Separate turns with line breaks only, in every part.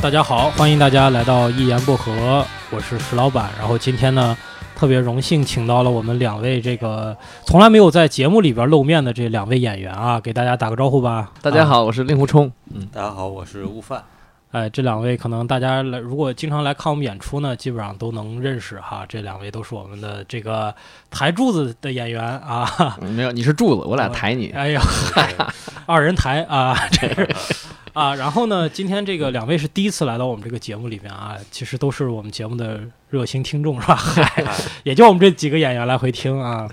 大家好，欢迎大家来到一言不合，我是石老板。然后今天呢，特别荣幸请到了我们两位这个从来没有在节目里边露面的这两位演员啊，给大家打个招呼吧。
大家
啊
好，我是令狐冲。
大家好，我是 悟饭。
哎，这两位可能大家来，如果经常来看我们演出呢，基本上都能认识哈。这两位都是我们的这个台柱子的演员 啊。
没有，你是柱子，我俩抬你。
哎呀，二人台啊， 这是啊。然后呢，今天这个两位是第一次来到我们这个节目里面啊，其实都是我们节目的热心听众是吧？嗨，也就我们这几个演员来回听啊。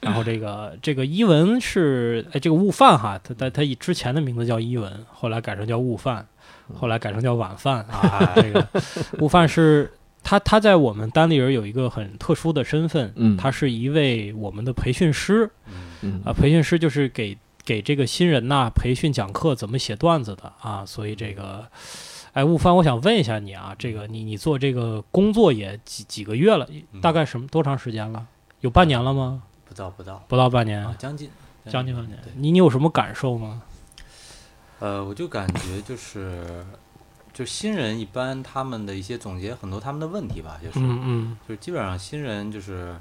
然后这个这个伊文是哎，这个悟饭哈，他他他以之前的名字叫伊文，后来改成叫悟饭，后来改成叫晚饭啊。这个悟饭是他他在我们单立人有一个很特殊的身份，
嗯
他是一位我们的培训师。
嗯
啊，培训师就是给给这个新人呐、培训讲课怎么写段子的啊，所以这个，哎，悟饭，我想问一下你啊，这个你你做这个工作也几几个月了，大概什么多长时间了？有半年了吗？
嗯不到不到
不到半年
啊，，将近
将近半年
对。
你你有什么感受吗？
呃，我就感觉就是，就新人一般他们的一些总结很多他们的问题吧，就是、
嗯嗯
就是基本上新人就是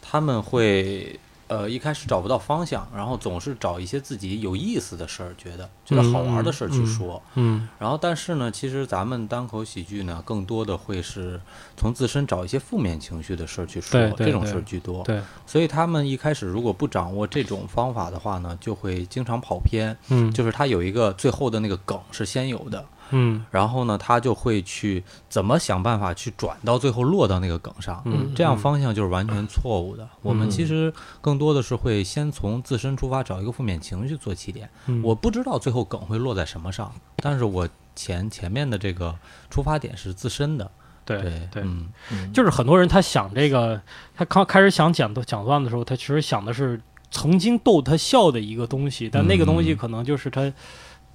他们会呃一开始找不到方向，然后总是找一些自己有意思的事儿，觉得觉得好玩的事儿去说。
嗯
然后但是呢，其实咱们单口喜剧呢，更多的会是从自身找一些负面情绪的事儿去说，
对对
这种
对
事儿居多。
对，
所以他们一开始如果不掌握这种方法的话呢，就会经常跑偏。
嗯
就是他有一个最后的那个梗是先有的，
嗯
然后呢，他就会去怎么想办法去转到最后落到那个梗上。
嗯，
这样方向就是完全错误的。我们其实更多的是会先从自身出发，找一个负面情绪做起点。
嗯
我不知道最后梗会落在什么上，但是我前前面的这个出发点是自身的。
对
对
对。
嗯，
就是很多人他想这个，他刚开始想讲讲段的时候，他其实想的是曾经逗他笑的一个东西，但那个东
嗯
西可能就是他，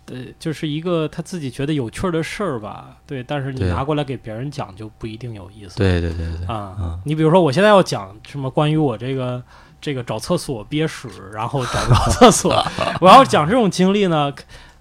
呃，就是一个他自己觉得有趣儿的事儿吧。对，但是你
对
拿过来给别人讲就不一定有意思。
对对对对对，
啊、
嗯
你比如说我现在要讲什么关于我这个。这个找厕所憋屎，然后找不到厕 所。我要讲这种经历呢，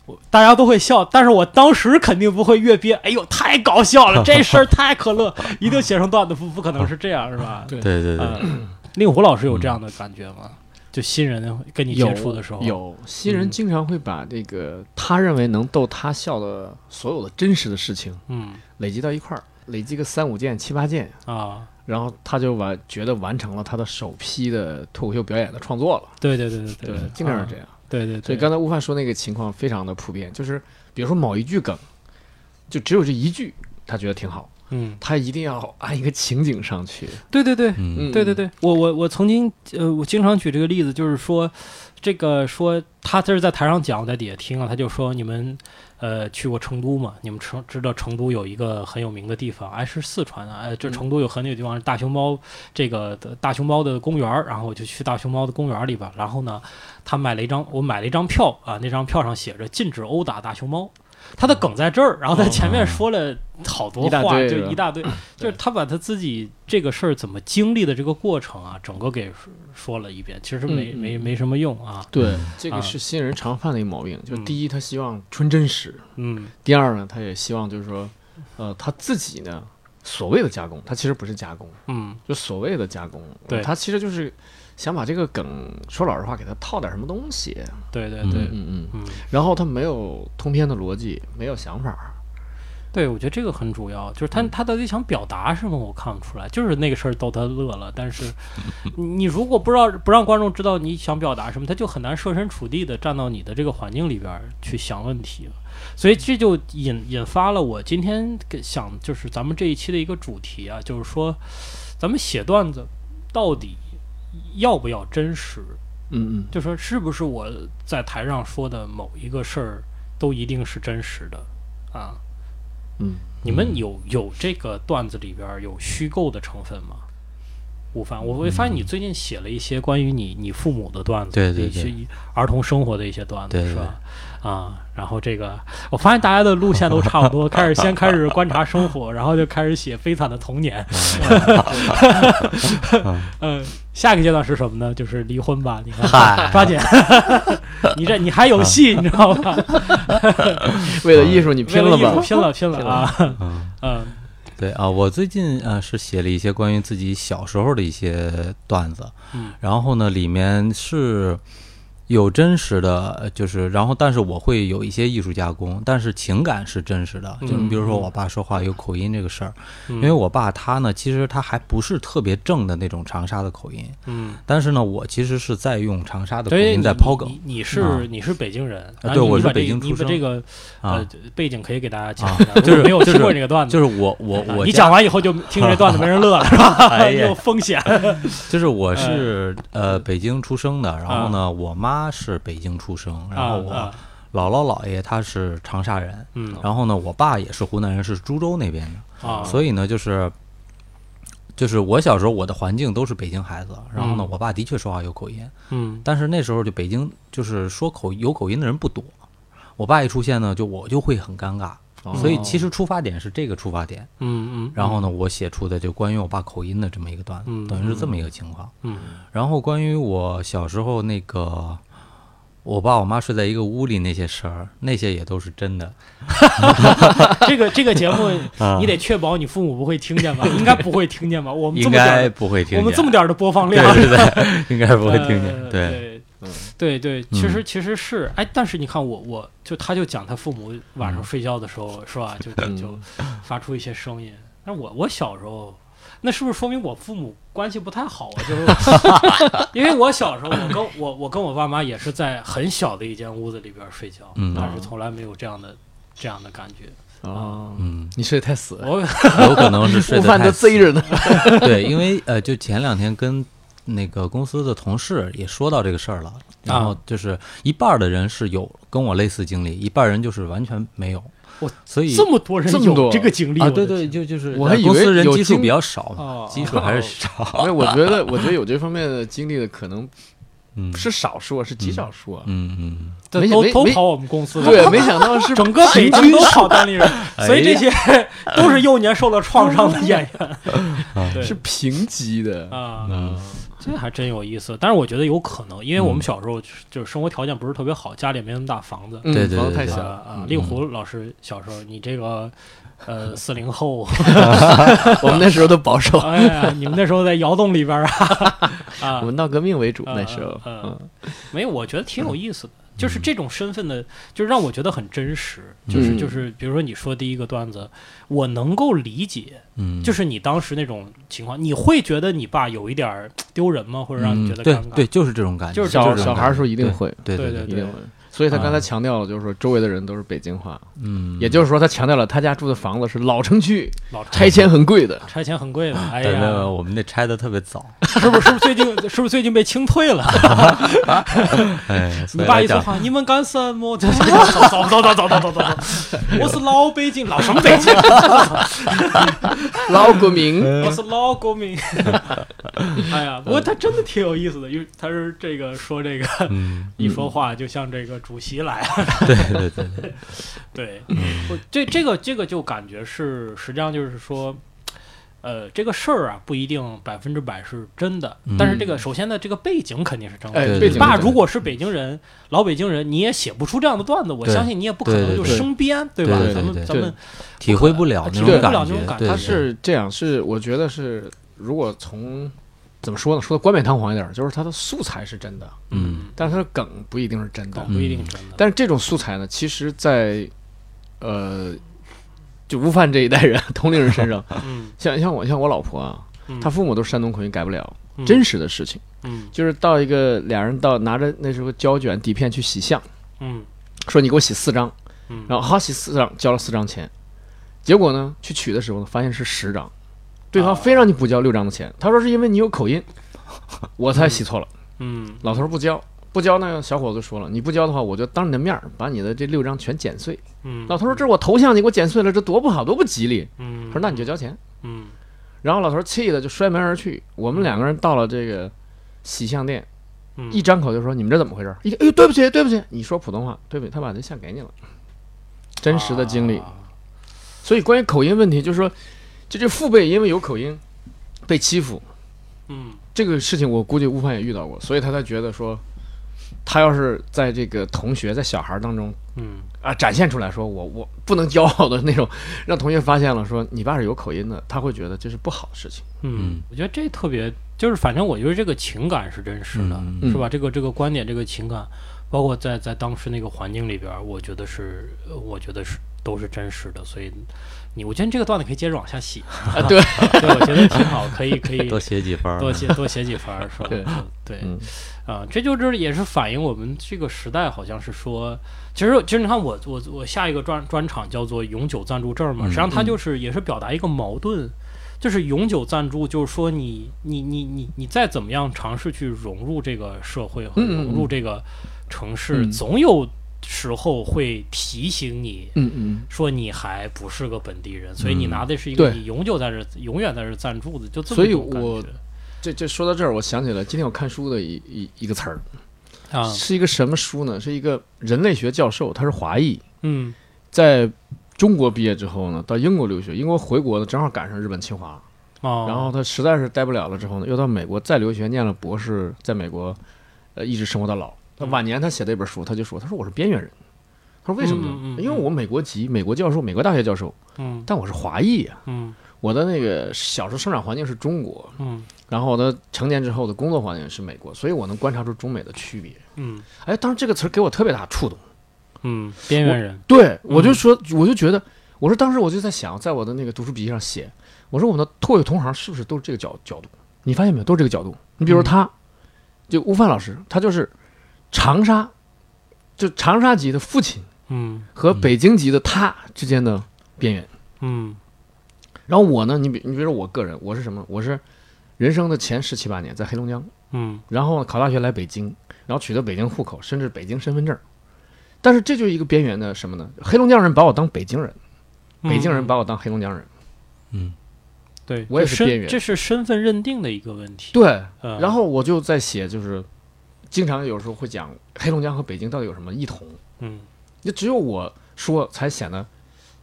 我大家都会笑，但是我当时肯定不会越憋。哎呦，太搞笑 了，这事儿太可乐，一定写成段子，不不可能是这样，是吧？
对
对对对，
啊， 令狐老师有这样的感觉吗？就新人跟你
有
接触的时候，嗯
有新人经常会把这个他认为能逗他笑的所有的真实的事情
嗯
累积到一块儿，累积个三五件、七八件，
啊，
然后他就完觉得完成了他的首批的脱口秀表演的创作了。
对对对对啊
对，经常是这
样，
样。
对对
所
对，
以刚才悟饭说那个情况非常的普遍，就是比如说某一句梗，就只有这一句，他觉得挺好，
嗯，
他一定要按一个情景上去。
对对对，
嗯
嗯
对对对，我我我曾经呃，我经常举这个例子，就是说，这个说他这是在台上讲，我在底下听啊，他就说你们呃去过成都吗？你们成知道成都有一个很有名的地方，哎是四川啊，哎这
嗯
成都有很有地方是大熊猫这个大熊猫的公园儿，然后我就去大熊猫的公园儿里边儿，然后呢，他买了一张我买了一张票啊，那张票上写着禁止殴打大熊猫。他的梗在这儿，然后他前面说了好多
哦一大
话，
堆
就
对吧
一大 堆，就是他把他自己这个事儿怎么经历的这个过程啊，整个给说说了一遍，其实没
嗯嗯
没没什么用啊。
对，这
啊
个是新人常犯的一个毛病，就是第一，他希望纯真实；
嗯
第二呢，他也希望就是说，呃，他自己呢所谓的加工，他其实不是加工，
嗯，
就所谓的加工，
对
他其实就是想把这个梗说老实话，给他套点什么东西，
对对对，
嗯嗯，
嗯，
然后他没有通篇的逻辑，没有想法，
对，我觉得这个很主要，就是他他到底想表达什么，我看不出来，就是那个事儿逗他乐了，但是你你如果不知道不让观众知道你想表达什么，他就很难设身处地的站到你的这个环境里边儿去想问题了。所以这就引引发了我今天给想，就是咱们这一期的一个主题啊，就是说，咱们写段子到底要不要真实？
嗯嗯，
就说是不是我在台上说的某一个事儿都一定是真实的啊？
嗯，
你们有有这个段子里边儿有虚构的成分吗？午饭。我会发现你最近写了一些关于你你父母的段子，
嗯对对
一些
对
儿童生活的一些段子，
对对
是吧？啊，然后这个我发现大家的路线都差不 多，开始先开始观察生活，然后就开始写悲惨的童年。 嗯，下一个阶段是什么呢？就是离婚吧，你看，
嗨嗯
抓紧， 你这你还有戏，你知道吧？
为了艺术你
为
拼
了
了
艺术
吧？
拼了拼了啊！
嗯，
嗯
对啊，我最近呃是写了一些关于自己小时候的一些段子，
嗯
然后呢里面是有真实的，呃就是然后但是我会有一些艺术加工，但是情感是真实的，就是
嗯
比如说我爸说话有口音这个事儿，
嗯
因为我爸他呢其实他还不是特别正的那种长沙的口音，
嗯，
但是呢我其实是在用长沙的口
所以
音
你
在抛梗
你你是
啊
你是北京人，
啊
然
对
后你
我
你
是
把这
北京
你
出
把
生
这个
啊
呃。背景可以给大家讲
啊
一下，我
就是
没有
就
听
是
过这个段子，啊
就是 我我我
呃你
家
讲完以后就听着这段子没人乐了，是吧？
哎呀
有风险。
就是我是
哎
呃北京出生的，然后呢，我妈是北京出生，然后我
啊
姥姥姥爷他是长沙人，
嗯
然后呢，我爸也是湖南人，是株洲那边的，
啊，
所以呢，就是就是我小时候我的环境都是北京孩子，然后呢，
嗯
我爸的确说话有口音，
嗯
但是那时候就北京就是说口有口音的人不多，我爸一出现呢，就我就会很尴尬，
哦
哦
所以其
实
实出发点是这个出发点，
嗯嗯，
然后呢，我写出的就关于我爸口音的这么一个段
嗯
子，等于是这么一个情况。
嗯
然后关于我小时候那个，我爸我妈睡在一个屋里那些事儿，那些也都是真的。
这个这个节目
啊
你得确保你父母不会听见吧？应该不会听见吧？我们这
应
么点
该
儿
不会听
我
见。
们这么点儿的播放
对
量，
对对，应该不会听
呃
见。对，
对
嗯
对对，其实其实是哎，但是你看我我就他就讲他父母晚
嗯
上睡觉的时候是 吧，就就就
嗯
发出一些声音。但是我我小时候，那是不是说明我父母关系不太好啊？就是 因为我小时候，我跟我我跟我爸妈也是在很小的一间屋子里边睡觉，
嗯
但是从来没有这样的这样的感觉。
啊，哦
嗯，
你睡得太死，
我
有可能是睡
午
得
饭
太
都贼 着呢。
对，因为呃，就前两天跟那个公司的同事也说到这个事儿了，然
啊
后就是一半儿的人是有跟我类似经历，一半儿人就是完全没有。
我
所以
这么多人
这么
有
多
这个经历
啊，
我的
对对，
天
就就是
我还
呃
以
公
为
司人
有
基数
经
比较少嘛，
哦，
基数还是少。
所以我觉得，我觉得有这方面的经历的可能
嗯，
是少数，是极少啊数。
嗯嗯，
都
没
都
没
都
没
跑我们公司了。
对，没啊想到是
整个北京都跑单立 人，
哎呀
所以这些都是幼年受了创伤的演 员。对
是平级的
啊，
啊嗯
这还真有意思。但是我觉得有可能，因为我们小时候就是就是生活条件不是特别好，家里也没那么大房子。
嗯
对对
房子
对
太
对
啊
小了。
啊！令狐老师小时候，你这个呃四零 后，
我们那时候都保 守，
哎呀，你们那时候在窑洞里边儿啊啊
我，们闹革命为主
啊
那时候。
啊
嗯，
没有，我觉得挺有意思的，就是这种身份的，就是让我觉得很真实。就是
嗯
就是，比如说你说第一个段子，我能够理解，
嗯，
就是你当时那种情况，你会觉得你爸有一点儿丢人吗？或者让你觉得尴
嗯对
尬？
对，就是这种感觉，
就是这
这
小
种
种
小孩儿
感
的时候
觉
一定
对
会，
对
对
对，
一定会。所以他刚才强调了，就是说周围的人都是北京话，
嗯，
也就是说他强调了他家住的房子是老城 区，
老
拆迁很贵 的。
拆迁很贵 的，哎
对没有
呀，
我们那拆的特别 早，
是不是是不是最近是不是最近被清退 了？
哎，所
你
以
爸
来
一说
讲，
话，你们干什么？ 走走走走走走走走，我是老北京，老什么北京？
老国 民，
我是老国民。 哎呀，不过他真的挺有意思的，因为他是这个说这个
嗯，
一说话就像这个主席来，
对 对对对，
对，
嗯
我这这个这个就感觉是，实际上就是说，呃，这个事儿啊不一定百分之百是真的，
嗯
但是这个首先呢，这个背景肯定是真的。
哎，
对
背
对
你
景是
对
这
爸
样
如果是北京人，老北京人，你也写不出这样的段子。我
对
相信你也不可能
对
就
对
对
生编，对吧？
对对
咱
对
们
对
咱们
体会不了
体
那
会
种
不了那
感
种感
觉，
觉
对，
他
对
是这样，是我觉得是，如果从怎么说呢，说的冠冕堂皇一点儿，就是他的素材是真的，
嗯，
但是他的梗不一定是真的。
不一定真的。
但是这种素材呢，其实在，呃，就吴范这一代人同龄人身上，
嗯，
像像我像我老婆啊，
嗯
她父母都是山东口音，改不了。真实的事情
嗯
就是到一个俩人到拿着那时候胶卷底片去洗相，
嗯
说你给我洗四张，
嗯，
然后好洗四张，交了四张钱，结果呢去取的时候呢，发现是十张，对方非让你补交六张的钱，他说是因为你有口音，我才洗错了。
嗯
老头儿不交，不交那个小伙子说了，你不交的话，我就当你的面儿把你的这六张全剪碎。
嗯，
老头儿说这是我头像，你给我剪碎了，这多不好，多不吉利。
嗯，
他说那你就交钱。
嗯
然后老头儿气的就摔门而去。我们两个人到了这个洗相店，
嗯
一张口就说：“你们这怎么回事儿？”一哎呦，对不起，对不起，你说普通话，对不起，他把这相给你了。真实的经历。
啊
所以关于口音问题，就是说，就这父辈因为有口音被欺负，
嗯
这个事情我估计悟饭也遇到过，所以他才觉得说，他要是在这个同学在小孩儿当中
嗯
啊展现出来说我我不能骄傲的那种，让同学发现了说你爸是有口音的，他会觉得这是不好的事情。
嗯，我觉得这特别，就是反正我觉得这个情感是真实的，
嗯
嗯
是吧？这个这个观点，这个情感，包括在在当时那个环境里边儿，我觉得是，呃我觉得是都是真实的，所以。你我觉得这个段子可以接着往下写，啊、
对
对，我觉得挺好，可以可以
多写几分儿，
嗯
啊
多写多写几分儿， 是吧？
对
对，
嗯
啊、这就是也是反映我们这个时代，好像是说，其实其实你看我我我下一个专专场叫做永久赞助证嘛，
嗯
实际上它就是也是表达一个矛盾，就是永久赞助，就是说你你你你你再怎么样尝试去融入这个社会和
嗯嗯嗯
融入这个城市，
嗯
总有时候会提醒你。
嗯嗯
说你还不是个本地人，所以你
嗯
拿的是一个
对
你永久在这、永远在这赞助的，就这么
所以
一种感
我
觉
这这说到这儿，我想起来今天我看书的一一一个词儿，
啊，
是一个什么书呢？是一个人类学教授，他是华裔，
嗯
在中国毕业之后呢，到英国留学，英国回国呢正好赶上日本侵华，
哦，
然后他实在是待不了了之后呢，又到美国再留学，念了博士，在美国，呃，一直生活到
嗯
老。他晚年他写的一本书，他就说，他说我是边缘人。他说为什么呢？
嗯嗯嗯
因为我美国籍，美国教授，美国大学教授，
嗯
但我是华裔呀、
嗯
我的那个小时候生长环境是中国，
嗯
然后我的成年之后的工作环境是美国，所以我能观察出中美的区别。
嗯
哎，当时这个词儿给我特别大触动。
嗯，边缘人，
对，我就说，我就觉得，我说当时我就在想，在我的那个读书笔记上写，我说我们的拓友同行是不是都是这个角角度？你发现没有，都是这个角度。你比如说他，就吴范老师，他就是长沙，就长沙籍的父亲
嗯
和北京籍的他之间的边缘。
嗯
然后我呢，你比你比如说我个人，我是什么？我是人生的前十七八年在黑龙江。
嗯
然后考大学来北京，然后取得北京户口，甚至北京身份证。但是这就是一个边缘的什么呢？黑龙江人把我当北京人，
嗯
北京人把我当黑龙江人。
嗯
对，
我也
这
是
身
边缘
这是身份认定的一个问题。，
对，
呃、
然后我就在写，就是经常有时候会讲黑龙江和北京到底有什么异同。
嗯
就只有我说才显得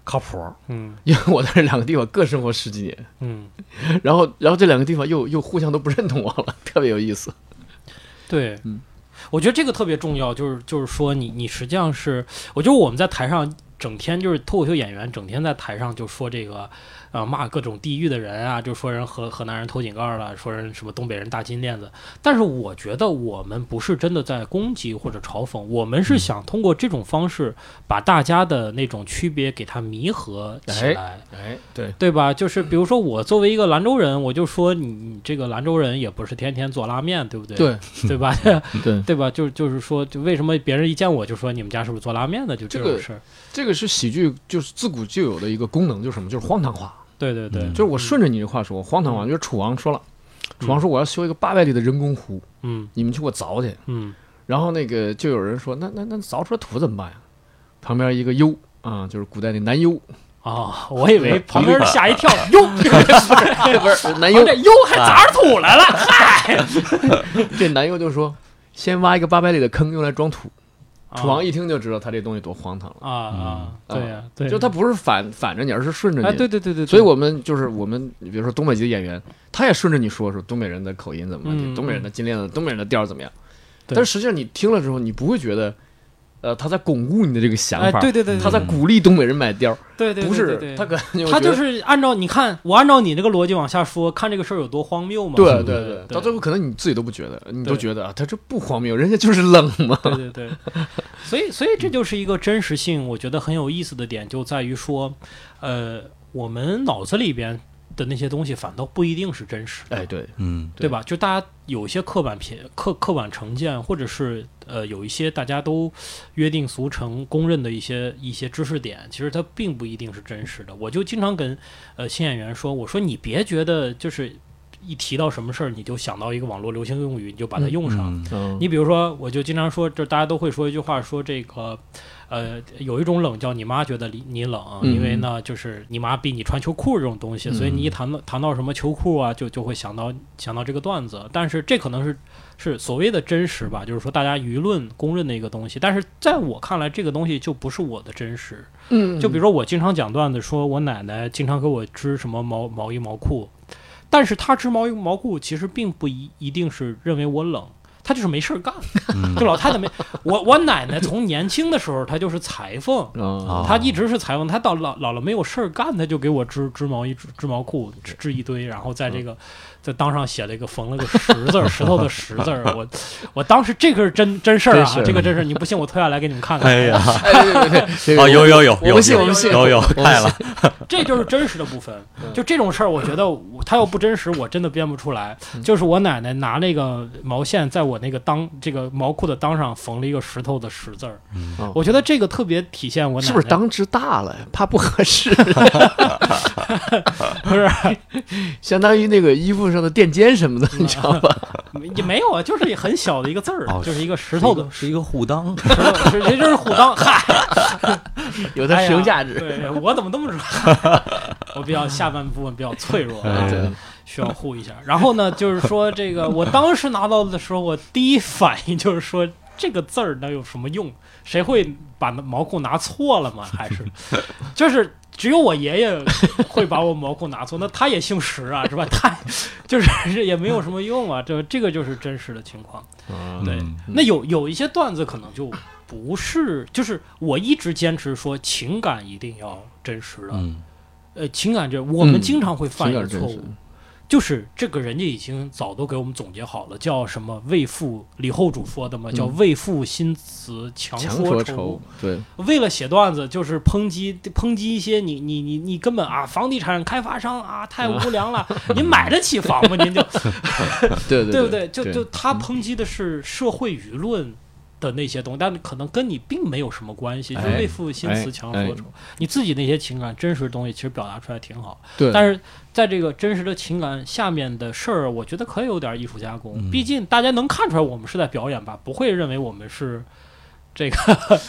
靠谱 儿，
嗯
因为我在这两个地方各生活十几年，
嗯，
然后然后这两个地方又又互相都不认同我了， 特别有意思。
对，
嗯
我觉得这个特别重要，就是就是说你你实际上是，我觉得我们在台上。整天就是脱口秀演员，整天在台上就说这个，呃，骂各种地域的人啊，就说人河河南人偷井盖儿了，说人什么东北人大金链子。但是我觉得我们不是真的在攻击或者嘲讽，我们是想通过这种方式把大家的那种区别给它弥合起来。
哎，对，
对吧？就是比如说，我作为一个兰州人，我就说你你这个兰州人也不是天天做拉面，对不对？
对
对 吧？
对，
对吧？就是就是说，就为什么别人一见我就说你们家是不是做拉面的？就
这
种
个
事儿。
这个是喜剧就是自古就有的一个功能，就是什么？就是荒唐话。
对对对，
嗯
就是我顺着你这话说，荒唐话，就是楚王说了，楚王说我要修一个八百里的人工湖，
嗯
你们去给我凿去。
嗯
然后那个就有人说，那那那凿出来土怎么办呀？旁边一个幽啊、就是古代的男幽，
哦，我以
嗯
为旁边人吓一跳，
哎
哟，
不是男
哟
幽，
这哟还砸着土来
啊
了
这男幽就说，先挖一个八百里的坑用来装土。
啊。
楚王一听就知道他这东西多荒唐了，
啊啊，
嗯
对呀对，
就他不是反反着你，而是顺着你。
哎，对对对对，
所以我们就是我们，比如说东北籍的演员，他也顺着你说说东北人的口音怎么样，
嗯
东北人的金链子，东北人的调儿怎么样。
对
但实际上你听了之后，你不会觉得，呃，他在巩固你的这个想
哎
法，
对对对，对
他在鼓励东北人买貂儿，
对对
嗯不
对
是
对对
他可能
他就
觉得
是按照你看，我按照你这个逻辑往下说，看这个事儿有多荒谬嘛？
对
对
对到最后可能你自己都不觉得，你都
对
觉得啊，他这不荒谬，人家就是 冷嘛。
对对 对，所以所以这就是一个真实性，我觉得很有意思的点就在于说，呃，我们脑子里边的那些东西反倒不一定是真实的，
哎，对，
嗯
对吧？就大家有一些刻板偏刻刻板成见，或者是呃有一些大家都约定俗成、公认的一些一些知识点，其实它并不一定是真实的。我就经常跟呃新演员说，我说你别觉得就是。一提到什么事儿，你就想到一个网络流行用语，你就把它用上。
嗯
嗯
你比如说，我就经常说，就大家都会说一句话，说这个，呃，有一种冷叫你妈觉得你你冷，啊
嗯嗯
因为呢，就是你妈逼你穿秋裤这种东西，所以你一谈到谈到什么秋裤啊，就就会想到想到这个段子。但是这可能是是所谓的真实吧，就是说大家舆论公认的一个东西。但是在我看来，这个东西就不是我的真实。
嗯，
就比如说我经常讲段子，说我奶奶经常给我织什么毛毛衣毛裤，但是她织毛衣毛裤其实并不一一定是认为我冷，她就是没事儿干。
嗯
就老太太没我我奶奶从年轻的时候她就是裁缝，
啊
哦
她一直是裁缝，她到老老了没有事儿干，她就给我织织毛衣、织织毛裤、织织一堆，然后在这个在裆上写了一个缝了个十字儿，石头的石字儿。我我当时这个是真真事儿
真
啊
事，儿
这个真事儿，你不信我脱下来给你们看看。
哎呀，
哎对对对对，
哦，有有有
我
有
们信我们信
有有看了，
这就是真实的部 分。就这种事儿，我觉得我他要不真实，我真的编不出来。
嗯
就是我奶奶拿那个毛线，在我那个裆这个毛裤的裆上缝了一个石头的石字儿
嗯
哦。
我觉得这个特别体现我奶奶。
是不是 当值大了呀？怕不合适，
不是
相当于那个衣服上的垫肩什么的，
嗯
你知道吧？
也没有啊，就是很小的一个字儿
哦，
就是一个石头的，
是一个护裆，
石头，这这就是虎裆。嗨，
有它
哎呀
使用价值。
对我怎么那么说？ 我比较下半部分比较脆弱，
哎
对
需要护一下。然后呢，就是说这个，我当时拿到的时候，我第一反应就是说这个字儿能有什么用？谁会把毛裤拿错了吗？还是就是只有我爷爷会把我毛裤拿错？那他也姓石啊，是吧？他就是也没有什么用啊。这这个就是真实的情况。对
嗯
那有有一些段子可能就不是，就是我一直坚持说情感一定要真实的。
嗯
呃，情感这我们
嗯
经常会犯一
情
个
感
错
真
误，
实
就是这个人家已经早都给我们总结好了，叫什么“为赋”，李后主说的嘛，叫“为赋新词强
嗯强
说
说
愁”
愁，对，
为了写段子，就是抨击抨击一些你你你你根本啊，房地产开发商啊太无良 了，您买得起房吗？您就
对
对
对嗯
不对？就就他抨击的是社会舆论的那些东西，但可能跟你并没有什么关系。就
哎
为赋新词强
哎
说愁，你自己那些情感真实的东西，其实表达出来挺好。
对，
但
是
是在这个真实的情感下面的事儿，我觉得可以有点艺术加工。
嗯
毕竟大家能看出来我们是在表演吧，不会认为我们是这个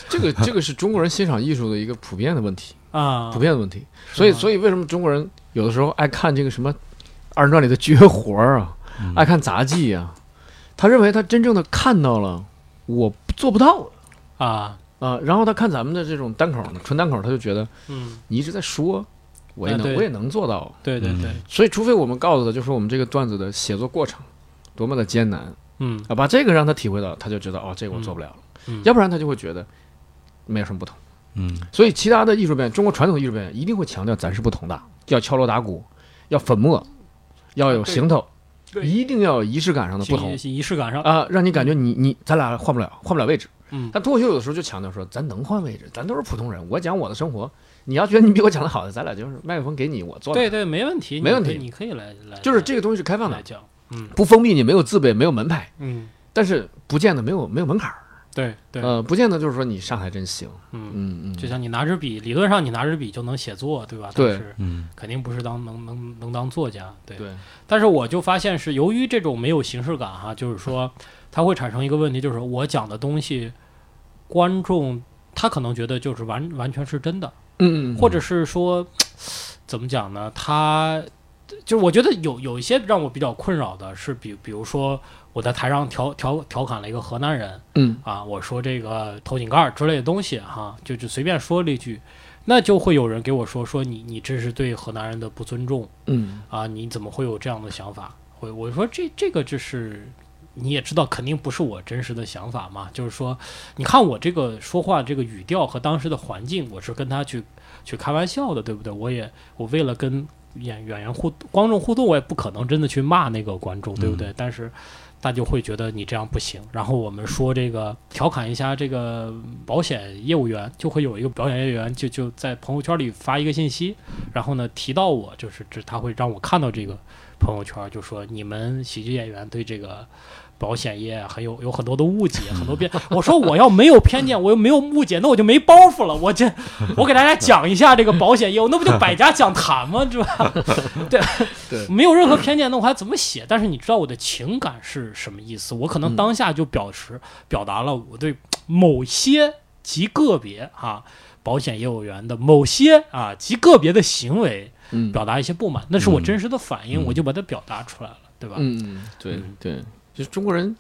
这个这个是中国人欣赏艺术的一个普遍的问题，
啊
普，遍的问题。所以所以为什么中国人有的时候爱看这个什么二人转里的绝活儿啊，
嗯
哎
爱看杂技啊，他认为他真正的看到了，我做不到
啊，
啊。然后他看咱们的这种单口儿纯单口儿，他就觉得
嗯，
你一直在说，我也
哎
能、
对
我也能做到。
对对对，
所以除非我们告诉他，就是我们这个段子的写作过程多么的艰难
嗯
啊，把这个让他体会到，他就知道哦，这个我做不了了。
嗯
要不然他就会觉得没有什么不同。
嗯
所以其他的艺术表演，中国传统艺术表演一定会强调咱是不同的，要敲锣打鼓，要粉墨，要有行头，
对
一定要有仪式感上的不同
仪仪式感上，
啊，让你感觉你你咱俩换不了换不了位置。
嗯
但脱口秀有的时候就强调说，咱能换位置，咱都是普通人，我讲我的生活，你要觉得你比我讲的好，咱俩就是麦克风给你，我做的，
对对，没问题，
没问题
你可以你可以来来，
就是这个东西是开放
来
的，
讲，嗯
不封闭你，没有自卑，没有门派，
嗯，
但是不见得没有没有门槛儿，
对对，
呃，不见得就是说你上台真行，
嗯。
嗯嗯，
就像你拿支笔，理论上你拿支笔就能写作，对吧？
对
但是
嗯
肯定不是当能能能当作家，对。
对，
但是我就发现是由于这种没有形式感哈，就是说它会产生一个问题，就是我讲的东西，观众他可能觉得就是完完全是真的，
嗯嗯，
或者是说怎么讲呢？他就是我觉得有有一些让我比较困扰的是，比比如说我在台上调调调侃了一个河南人
嗯
啊，我说这个头井盖儿之类的东西哈、就就随便说了一句，那就会有人给我说说你你这是对河南人的不尊重。
嗯
啊，你怎么会有这样的想法？我我说这这个就是你也知道，肯定不是我真实的想法嘛。就是说，你看我这个说话这个语调和当时的环境，我是跟他去去开玩笑的，对不对？我也我为了跟演演员互观众互动，我也不可能真的去骂那个观众，对不对？但是。他就会觉得你这样不行，然后我们说这个调侃一下这个保险业务员，就会有一个保险业务员就就在朋友圈里发一个信息，然后呢提到我，就是这他会让我看到这个朋友圈，就说你们喜剧演员对这个保险业很有有很多的误解，很 多偏。我说我要没有偏见，我又没有误解，那我就没包袱了。我 这我给大家讲一下这个保险业务，那不就百家讲坛吗？是吧？ 对
对
没有任何偏见，那我还怎么写？但是你知道我的情感是什么意思？我可
嗯
能当下就表示表达了我对某些极个别啊保险业务员的某些啊极个别的行为。
嗯
表达一些不满，那是我
嗯
真实的反应，
嗯
我就把它表达出来了，对吧？
嗯，对
嗯
对，就是中国人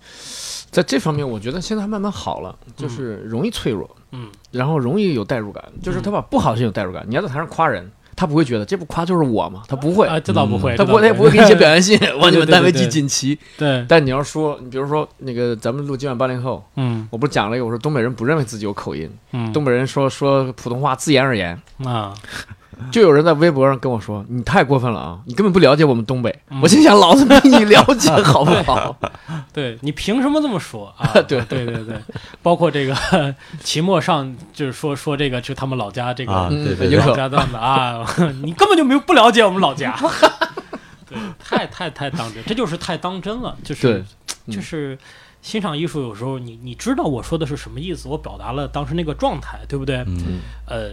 在这方面，我觉得现在还慢慢好了，就是容易脆弱，
嗯
然后容易有代入感，就是他把不好的事情有代入感。你要在台上夸人，他不会觉得这不夸就是我吗？他不会，
啊，这倒不会，
嗯
这
他不
倒不
会，他也不会给你写表扬 信，往
对
你
对
们
对
单位
对
寄锦旗。
对，
但你要说，你比如说那个咱们录今晚八零后，
嗯
我不是讲了一个，我说东北人不认为自己有口音，
嗯，
东北人说说普通话自言而言，
啊，
就有人在微博上跟我说：“你太过分了啊！你根本不了解我们东北。
嗯
我心想：“老子比你了解，好不 好
对你凭什么这么说 啊？
对
对对对，包括这个 秦末上就是说说这个，就他们老家这个
啊，
嗯
对对
有
对
可
老家段子啊， 你根本就没有不了解我们老家， 对，太太太当真，这就是太当真了，就？”是
对，嗯
就是欣赏艺术，有时候你你知道我说的是什么意思，我表达了当时那个状态，对不对？
嗯
呃，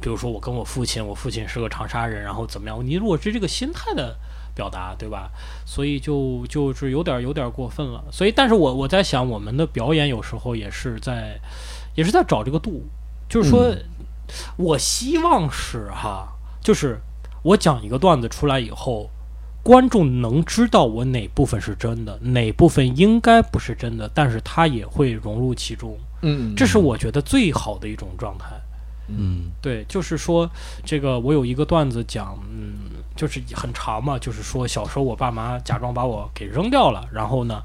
比如说我跟我父亲，我父亲是个长沙人，然后怎么样？你如果是这个心态的表达，对吧？所以就就是有点有点过分了。所以，但是我我在想，我们的表演有时候也是在也是在找这个度，就是说，我希望是哈，就是我讲一个段子出来以后。观众能知道我哪部分是真的，哪部分应该不是真的，但是他也会融入其中，
嗯，
这是我觉得最好的一种状态。
嗯
对，就是说这个，我有一个段子讲，嗯，就是很长嘛，就是说小时候我爸妈假装把我给扔掉了，然后呢，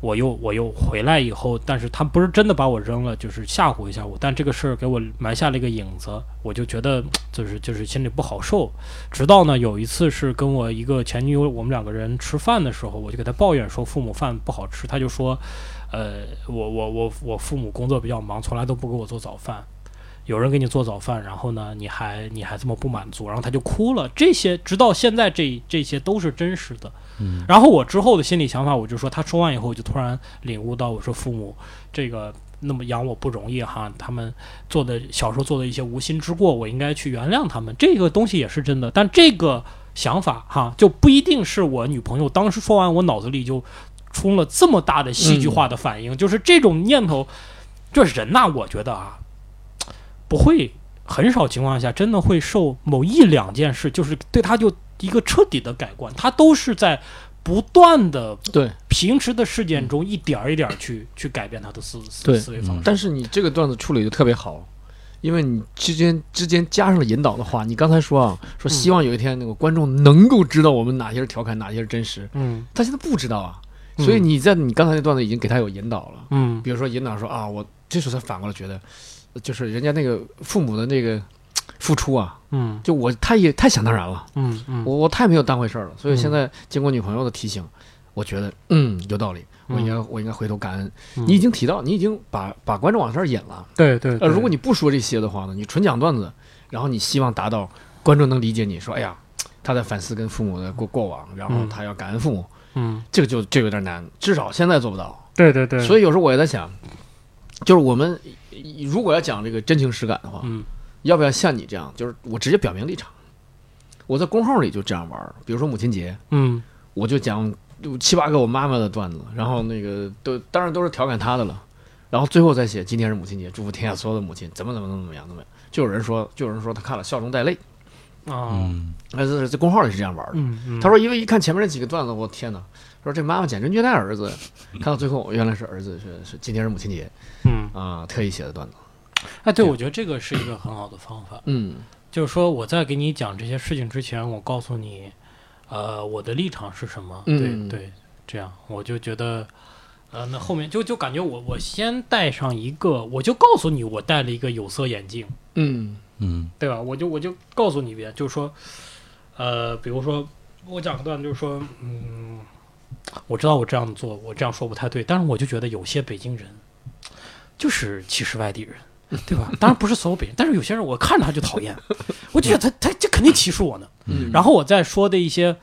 我又我又回来以后，但是他不是真的把我扔了，就是吓唬一下我，但这个事儿给我埋下了一个影子，我就觉得就是就是心里不好受。直到呢有一次是跟我一个前女友，我们两个人吃饭的时候，我就给她抱怨说父母饭不好吃，她就说，呃，我我我我父母工作比较忙，从来都不给我做早饭。有人给你做早饭，然后呢，你还你还这么不满足，然后他就哭了。这些直到现在这，这些都是真实的。
嗯
然后我之后的心理想法，我就说，他说完以后，我就突然领悟到，我说父母这个那么养我不容易哈，他们做的小时候做的一些无心之过，我应该去原谅他们。这个东西也是真的，但这个想法哈就不一定是我女朋友当时说完，我脑子里就出了这么大的戏剧化的反应，就是这种念头，这人呐、我觉得啊，不会很少情况下真的会受某一两件事，就是对他就一个彻底的改观，他都是在不断的
对。嗯
平时的事件中一点儿一点儿去去改变他的思思
对嗯
思维方式。
但是你这个段子处理的特别好，因为你之间之间加上了引导的话，你刚才说啊，说希望有一天那个观众能够知道我们哪些是调侃，哪些是真实，
嗯
他现在不知道啊，
嗯
所以你在你刚才那段子已经给他有引导了，
嗯
比如说引导说啊，我这时候才反过来觉得，就是人家那个父母的那个付出啊，
嗯
就我太也太想当然了，
嗯嗯
我我太没有当回事儿了，所以现
嗯
在经过女朋友的提醒，我觉得嗯有道理，我应该我应该回头感恩。你已经提到，你已经把把观众往这儿引了。
嗯对对
呃，如果你不说这些的话呢，你纯讲段子，然后你希望达到观众能理解你说，哎呀，他在反思跟父母的过过往，然后
嗯
他要感恩父母，
嗯
这个就这有点难，至少现在做不到。
对对对
所以有时候我也在想，就是我们如果要讲这个真情实感的话，
嗯
要不要像你这样，就是我直接表明立场？我在公号里就这样玩儿，比如说母亲节，
嗯
我就讲七八个我妈妈的段子，然后那个都当然都是调侃她的了，然后最后再写今天是母亲节，祝福天下所有的母亲，怎么怎么怎么怎么样怎么样，就有人说就有人说他看了笑中带泪，
啊
嗯
但是在公号里是这样玩的。
嗯嗯
他说因为一看前面那几个段子，我天哪！说这妈妈简直虐待儿子，看到最后原来是儿子是是今天是母亲节
嗯
啊、特意写的段子。
哎，对，我觉得这个是一个很好的方法。
嗯
就是说我在给你讲这些事情之前，我告诉你，呃，我的立场是什么？
嗯
对对，这样我就觉得，呃，那后面就就感觉我我先戴上一个，我就告诉你我戴了一个有色眼镜，
嗯
嗯
对吧？我就我就告诉你别，就是说，呃，比如说我讲个段，就是说，嗯，我知道我这样做，我这样说不太对，但是我就觉得有些北京人就是歧视外地人。对吧？当然不是所有北京，但是有些人我看着他就讨厌，我就觉得他他这肯定歧视我呢。
嗯，
然后我再说的一些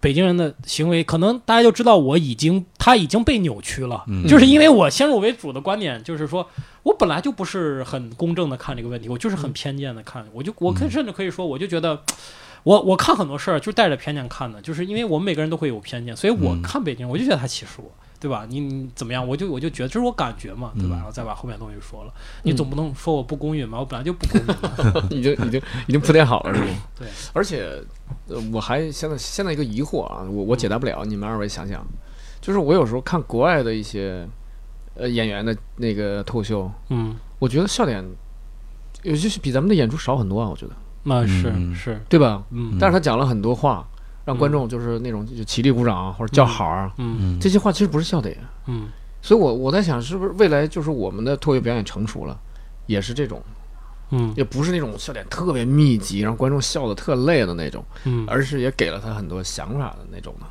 北京人的行为，可能大家就知道我已经他已经被扭曲了，
嗯
就是因为我先入为主的观点，就是说我本来就不是很公正的看这个问题，我就是很偏见的看，我就我可以
嗯
甚至可以说，我就觉得。我我看很多事儿就是带着偏见看的，就是因为我们每个人都会有偏见，所以我
嗯
看北京人我就觉得他歧视我，对吧？你你怎么样？我就我就觉得这是我感觉嘛，对吧？
嗯
然后再把后面东西说了，你总不能说我不公允吧？我本来就不公允嘛。
已经已经已经铺垫好了，是吗？
嗯对，
而且，呃，我还现在现在一个疑惑啊，我我解答不了，你们二位想想，就是我有时候看国外的一些呃演员的那个脱口秀，
嗯，
我觉得笑点，尤其是比咱们的演出少很多啊，我觉得，
那是、
嗯
是，
对吧？
嗯
但是他讲了很多话，让观众就是那种就起立鼓掌啊，或者叫好啊，
嗯
嗯，
这些话其实不是笑点，
嗯
所以我我在想，是不是未来就是我们的脱口秀表演成熟了，也是这种，
嗯
也不是那种笑点特别密集，让观众笑的特累的那种。
嗯
而是也给了他很多想法的那种的。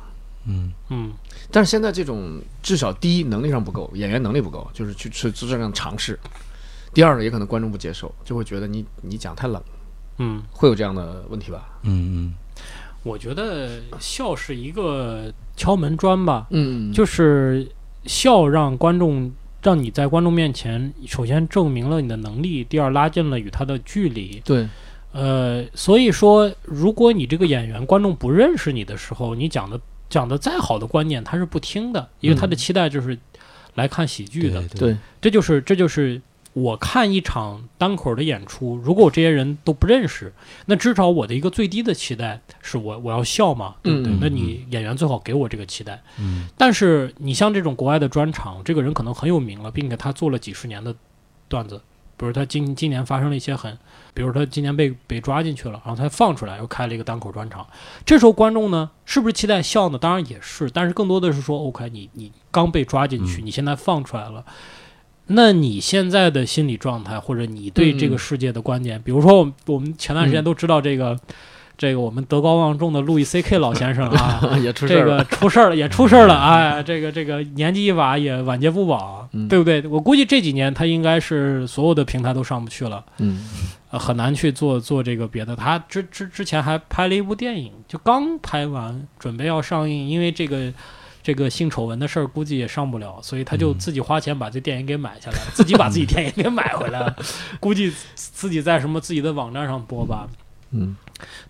嗯
嗯
但是现在这种至少第一能力上不够，演员能力不够，就是去去去这样尝试。第二呢，也可能观众不接受，就会觉得你你讲太冷，
嗯，
会有这样的问题吧？
嗯
我觉得笑是一个敲门砖吧，
嗯就
就是笑让观众让你在观众面前，首先证明了你的能力，第二拉近了与他的距离。
对，
呃，所以说，如果你这个演员观众不认识你的时候，你讲的讲的再好的观点，他是不听的，因为他的期待就是来看喜剧的。
对
对
这就是这就是我看一场单口的演出，如果我这些人都不认识，那至少我的一个最低的期待是我我要笑嘛，对不对？
嗯
那你演员最好给我这个期待。
嗯
但是你像这种国外的专场，这个人可能很有名了，并且他做了几十年的段子，比如他今今年发生了一些很，比如他今年被被抓进去了，然后他放出来又开了一个单口专场，这时候观众呢是不是期待笑呢？当然也是，但是更多的是说，OK，你你刚被抓进去，
嗯
你现在放出来了。那你现在的心理状态，或者你对这个
嗯
世界的观点，比如说我们我们前段时间都知道这个，这个我们德高望重的路易 C K 老先生啊，
也出事
这
儿
个
了。
出事儿了，也出事儿了，哎，这个这个年纪一把也晚节不保，
嗯
对不对？我估计这几年他应该是所有的平台都上不去了，
嗯
呃、很难去做做这个别的。他之之之前还拍了一部电影，就刚拍完，准备要上映，因为这个。这个性丑闻的事儿估计也上不了，所以他就
嗯
自己花钱把这电影给买下来，自己把自己 电影给买回来了，估计自己在什么自己的网站上播吧。
嗯，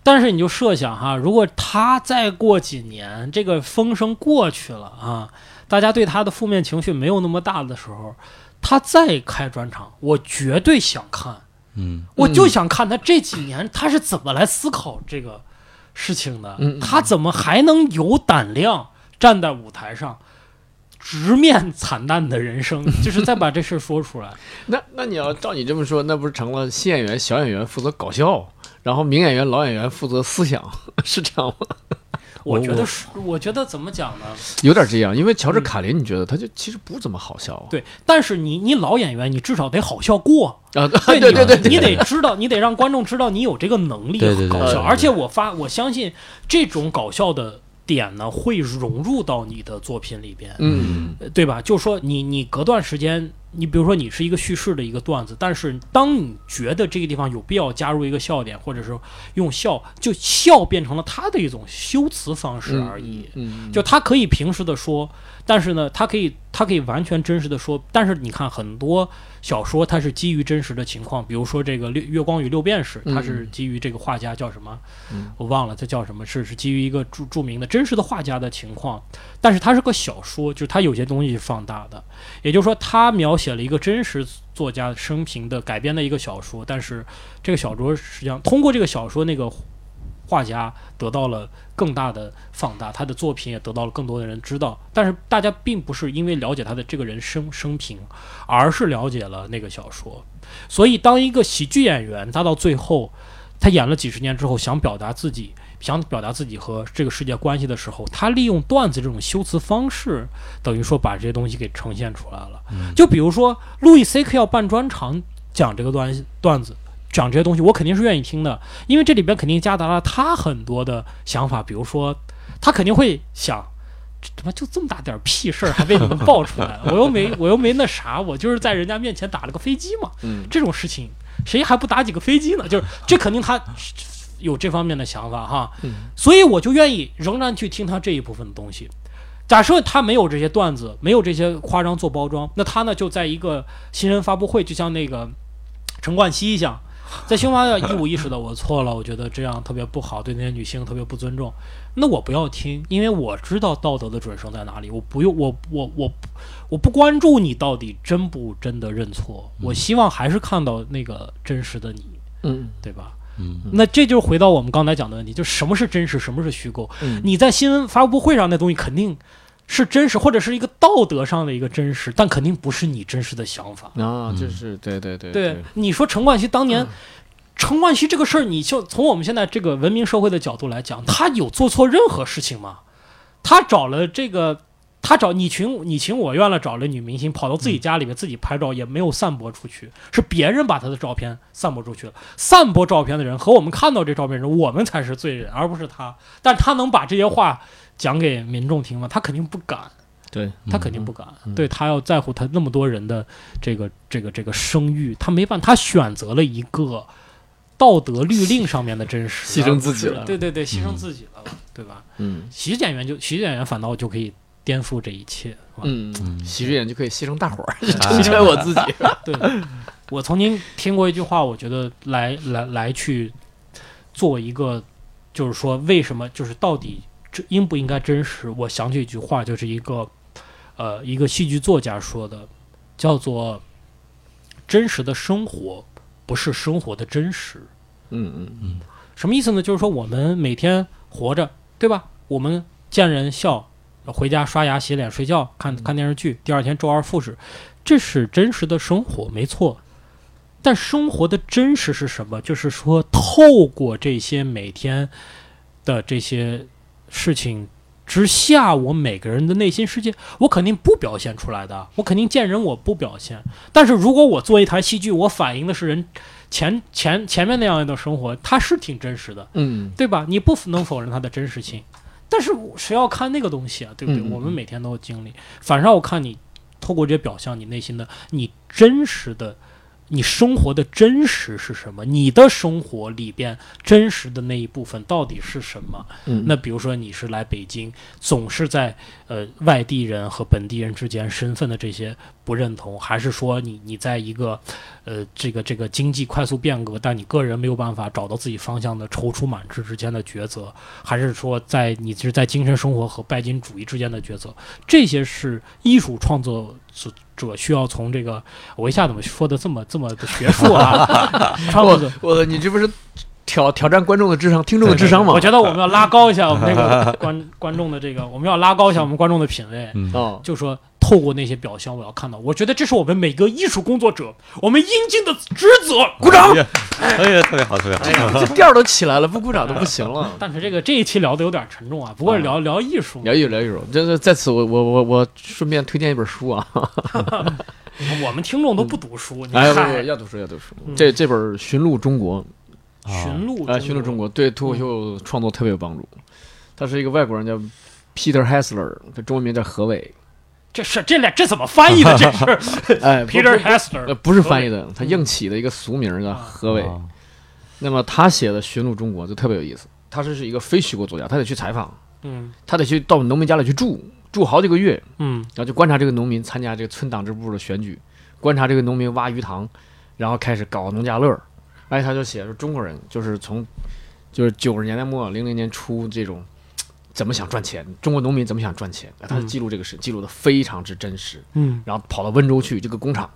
但是你就设想哈，如果他再过几年，这个风声过去了啊，大家对他的负面情绪没有那么大的时候，他再开专场，我绝对想看，
嗯
我就想看他这几年他是怎么来思考这个事情的，
嗯嗯
他怎么还能有胆量站在舞台上。直面惨淡的人生，就是再把这事说出来。
那那你要照你这么说，那不是成了新演员、小演员负责搞笑，然后名演员、老演员负责思想， 是这样吗？
我
我
觉得是，我觉得怎么讲呢？
有点这样，因为乔治
嗯
·卡林，你觉得他就其实不怎么好笑啊？
对，但是你你老演员，你至少得好笑过，
啊，
对
对
你
对对对，
你得知道，你得让观众知道你有这个能力
对对对
搞
对
笑。
对
而且我发，我相信这种搞笑的点呢，会融入到你的作品里边，
嗯。
呃对吧？就说你你隔段时间，你比如说你是一个叙事的一个段子，但是当你觉得这个地方有必要加入一个笑点，或者是用笑，就笑变成了它的一种修辞方式而已。
嗯，
就他可以平时的说，但是呢，他可以他可以完全真实的说，但是你看很多小说，它是基于真实的情况，比如说这个六《月光与六便士》，它是基于这个画家叫什么，
嗯
我忘了他叫什么，是是基于一个著著名的真实的画家的情况，但是它是个小说，就是它有些东西是放大的，也就是说，他描写了一个真实作家生平的改编的一个小说，但是这个小说实际上通过这个小说那个画家得到了更大的放大，他的作品也得到了更多的人知道。但是大家并不是因为了解他的这个人生生平，而是了解了那个小说。所以，当一个喜剧演员，他到最后，他演了几十年之后，想表达自己，想表达自己和这个世界关系的时候，他利用段子这种修辞方式，等于说把这些东西给呈现出来了。
嗯
就比如说，路易 C.K. 要办专场讲这个段段子，讲这些东西，我肯定是愿意听的，因为这里边肯定夹杂了他很多的想法，比如说，他肯定会想。这他妈就这么大点儿屁事儿，还被你们爆出来，我又没我又没那啥，我就是在人家面前打了个飞机嘛，
嗯
这种事情谁还不打几个飞机呢？就是这肯定他有这方面的想法哈，
嗯
所以我就愿意仍然去听他这一部分的东西。假设他没有这些段子，没有这些夸张做包装，那他呢就在一个新人发布会，就像那个陈冠希一样， 在新闻发布会一五一十的我错了，我觉得这样特别不好，对那些女性特别不尊重。那我不要听，因为我知道道德的准绳在哪里，我不用我我我我不关注你到底真不真的认错，我希望还是看到那个真实的你，
嗯
对吧？
嗯，
那这就是回到我们刚才讲的问题，就什么是真实，什么是虚构。
嗯
你在新闻发布会上那东西肯定是真实，或者是一个道德上的一个真实，但肯定不是你真实的想法。
啊，就是对对对
对，你说陈冠希当年，陈冠希这个事儿，你就从我们现在这个文明社会的角度来讲，他有做错任何事情吗？他找了这个，他找你情你情我愿了，找了女明星，跑到自己家里面自己拍照，也没有散播出去，是别人把他的照片散播出去了。散播照片的人和我们看到这照片的人，我们才是罪人，而不是他。但他能把这些话讲给民众听吗？他肯定不敢。
对，
他肯定不敢，
嗯
对他要在乎他那么多人的这个这个这个声誉，他没办法，他选择了一个道德律令上面的真实，
牺牲自己了
对对对，牺牲
嗯
自己了，对吧？
嗯
喜剧演员就喜剧演员反倒就可以颠覆这一切，是吧
嗯，喜剧演员就可以牺牲大伙儿，
哎
成全我自己。
对，我曾经听过一句话，我觉得来来来去做一个，就是说为什么就是到底这应不应该真实？我想起一句话，就是一个呃一个戏剧作家说的，叫做“真实的生活不是生活的真实”。
嗯嗯
什么意思呢？就是说我们每天活着，对吧？我们见人笑，回家刷牙、洗脸、睡觉，看看电视剧，第二天周而复始，这是真实的生活，没错。但生活的真实是什么？就是说，透过这些每天的这些事情之下，我每个人的内心世界，我肯定不表现出来的。我肯定见人我不表现。但是如果我做一台戏剧，我反映的是人前前前面那样的生活，它是挺真实的，
嗯
对吧？你不能否认它的真实性，但是我谁要看那个东西啊？对不对？
嗯嗯嗯
我们每天都有经历，反正我看你透过这些表象，你内心的你真实的。你生活的真实是什么？你的生活里边真实的那一部分到底是什么？
嗯
那比如说你是来北京，总是在呃外地人和本地人之间身份的这些不认同，还是说你你在一个呃这个这个经济快速变革，但你个人没有办法找到自己方向的踌躇满志之间的抉择，还是说在你是在精神生活和拜金主义之间的抉择，这些是艺术创作者。者需要从这个，我一下怎么说的这么这么的学术啊？ 创作者
我我你这不是挑挑战观众的智商、听众的智商吗？
我觉得我们要拉高一下我们这 个观观众的这个，我们要拉高一下我们观众的品味。
嗯，
哦，
就说透过那些表象，我要看到，我觉得这是我们每个艺术工作者我们应尽的职责。
鼓掌
哎！呀，哎呀，特别好，特别好
哎。呀，这调儿都起来了，不鼓掌都不行了。
但是这个这一期聊的有点沉重啊，不过聊聊艺术嘛，
聊一聊一聊，这这在此我我我我顺便推荐一本书啊，
我们听众都不读书，你
哎，不
看
不，
《
要读书要读书
嗯，
这这本《寻路中国》
寻路》
哎，《寻路中国》对脱口秀创作特别有帮助。他是一个外国人叫 Peter Hessler，他中文名叫何伟，
这是这俩这怎么翻译的？这 是
哎
Peter
呃
Hessler
不是翻译的，他硬起的一个俗名叫
啊
何伟。
哦
那么他写的《寻路中国》就特别有意思，他是是一个非虚构作家，他得去采访，
嗯
他得去到农民家里去住，住好几个月，
嗯
然后就观察这个农民参加这个村党支部的选举，观察这个农民挖鱼塘，然后开始搞农家乐儿。哎，他就写说中国人就是从就是九十年代末零零年初这种怎么想赚钱，中国农民怎么想赚钱，哎他就
嗯
记录这个事，记录的非常之真实。
嗯
然后跑到温州去这个工厂，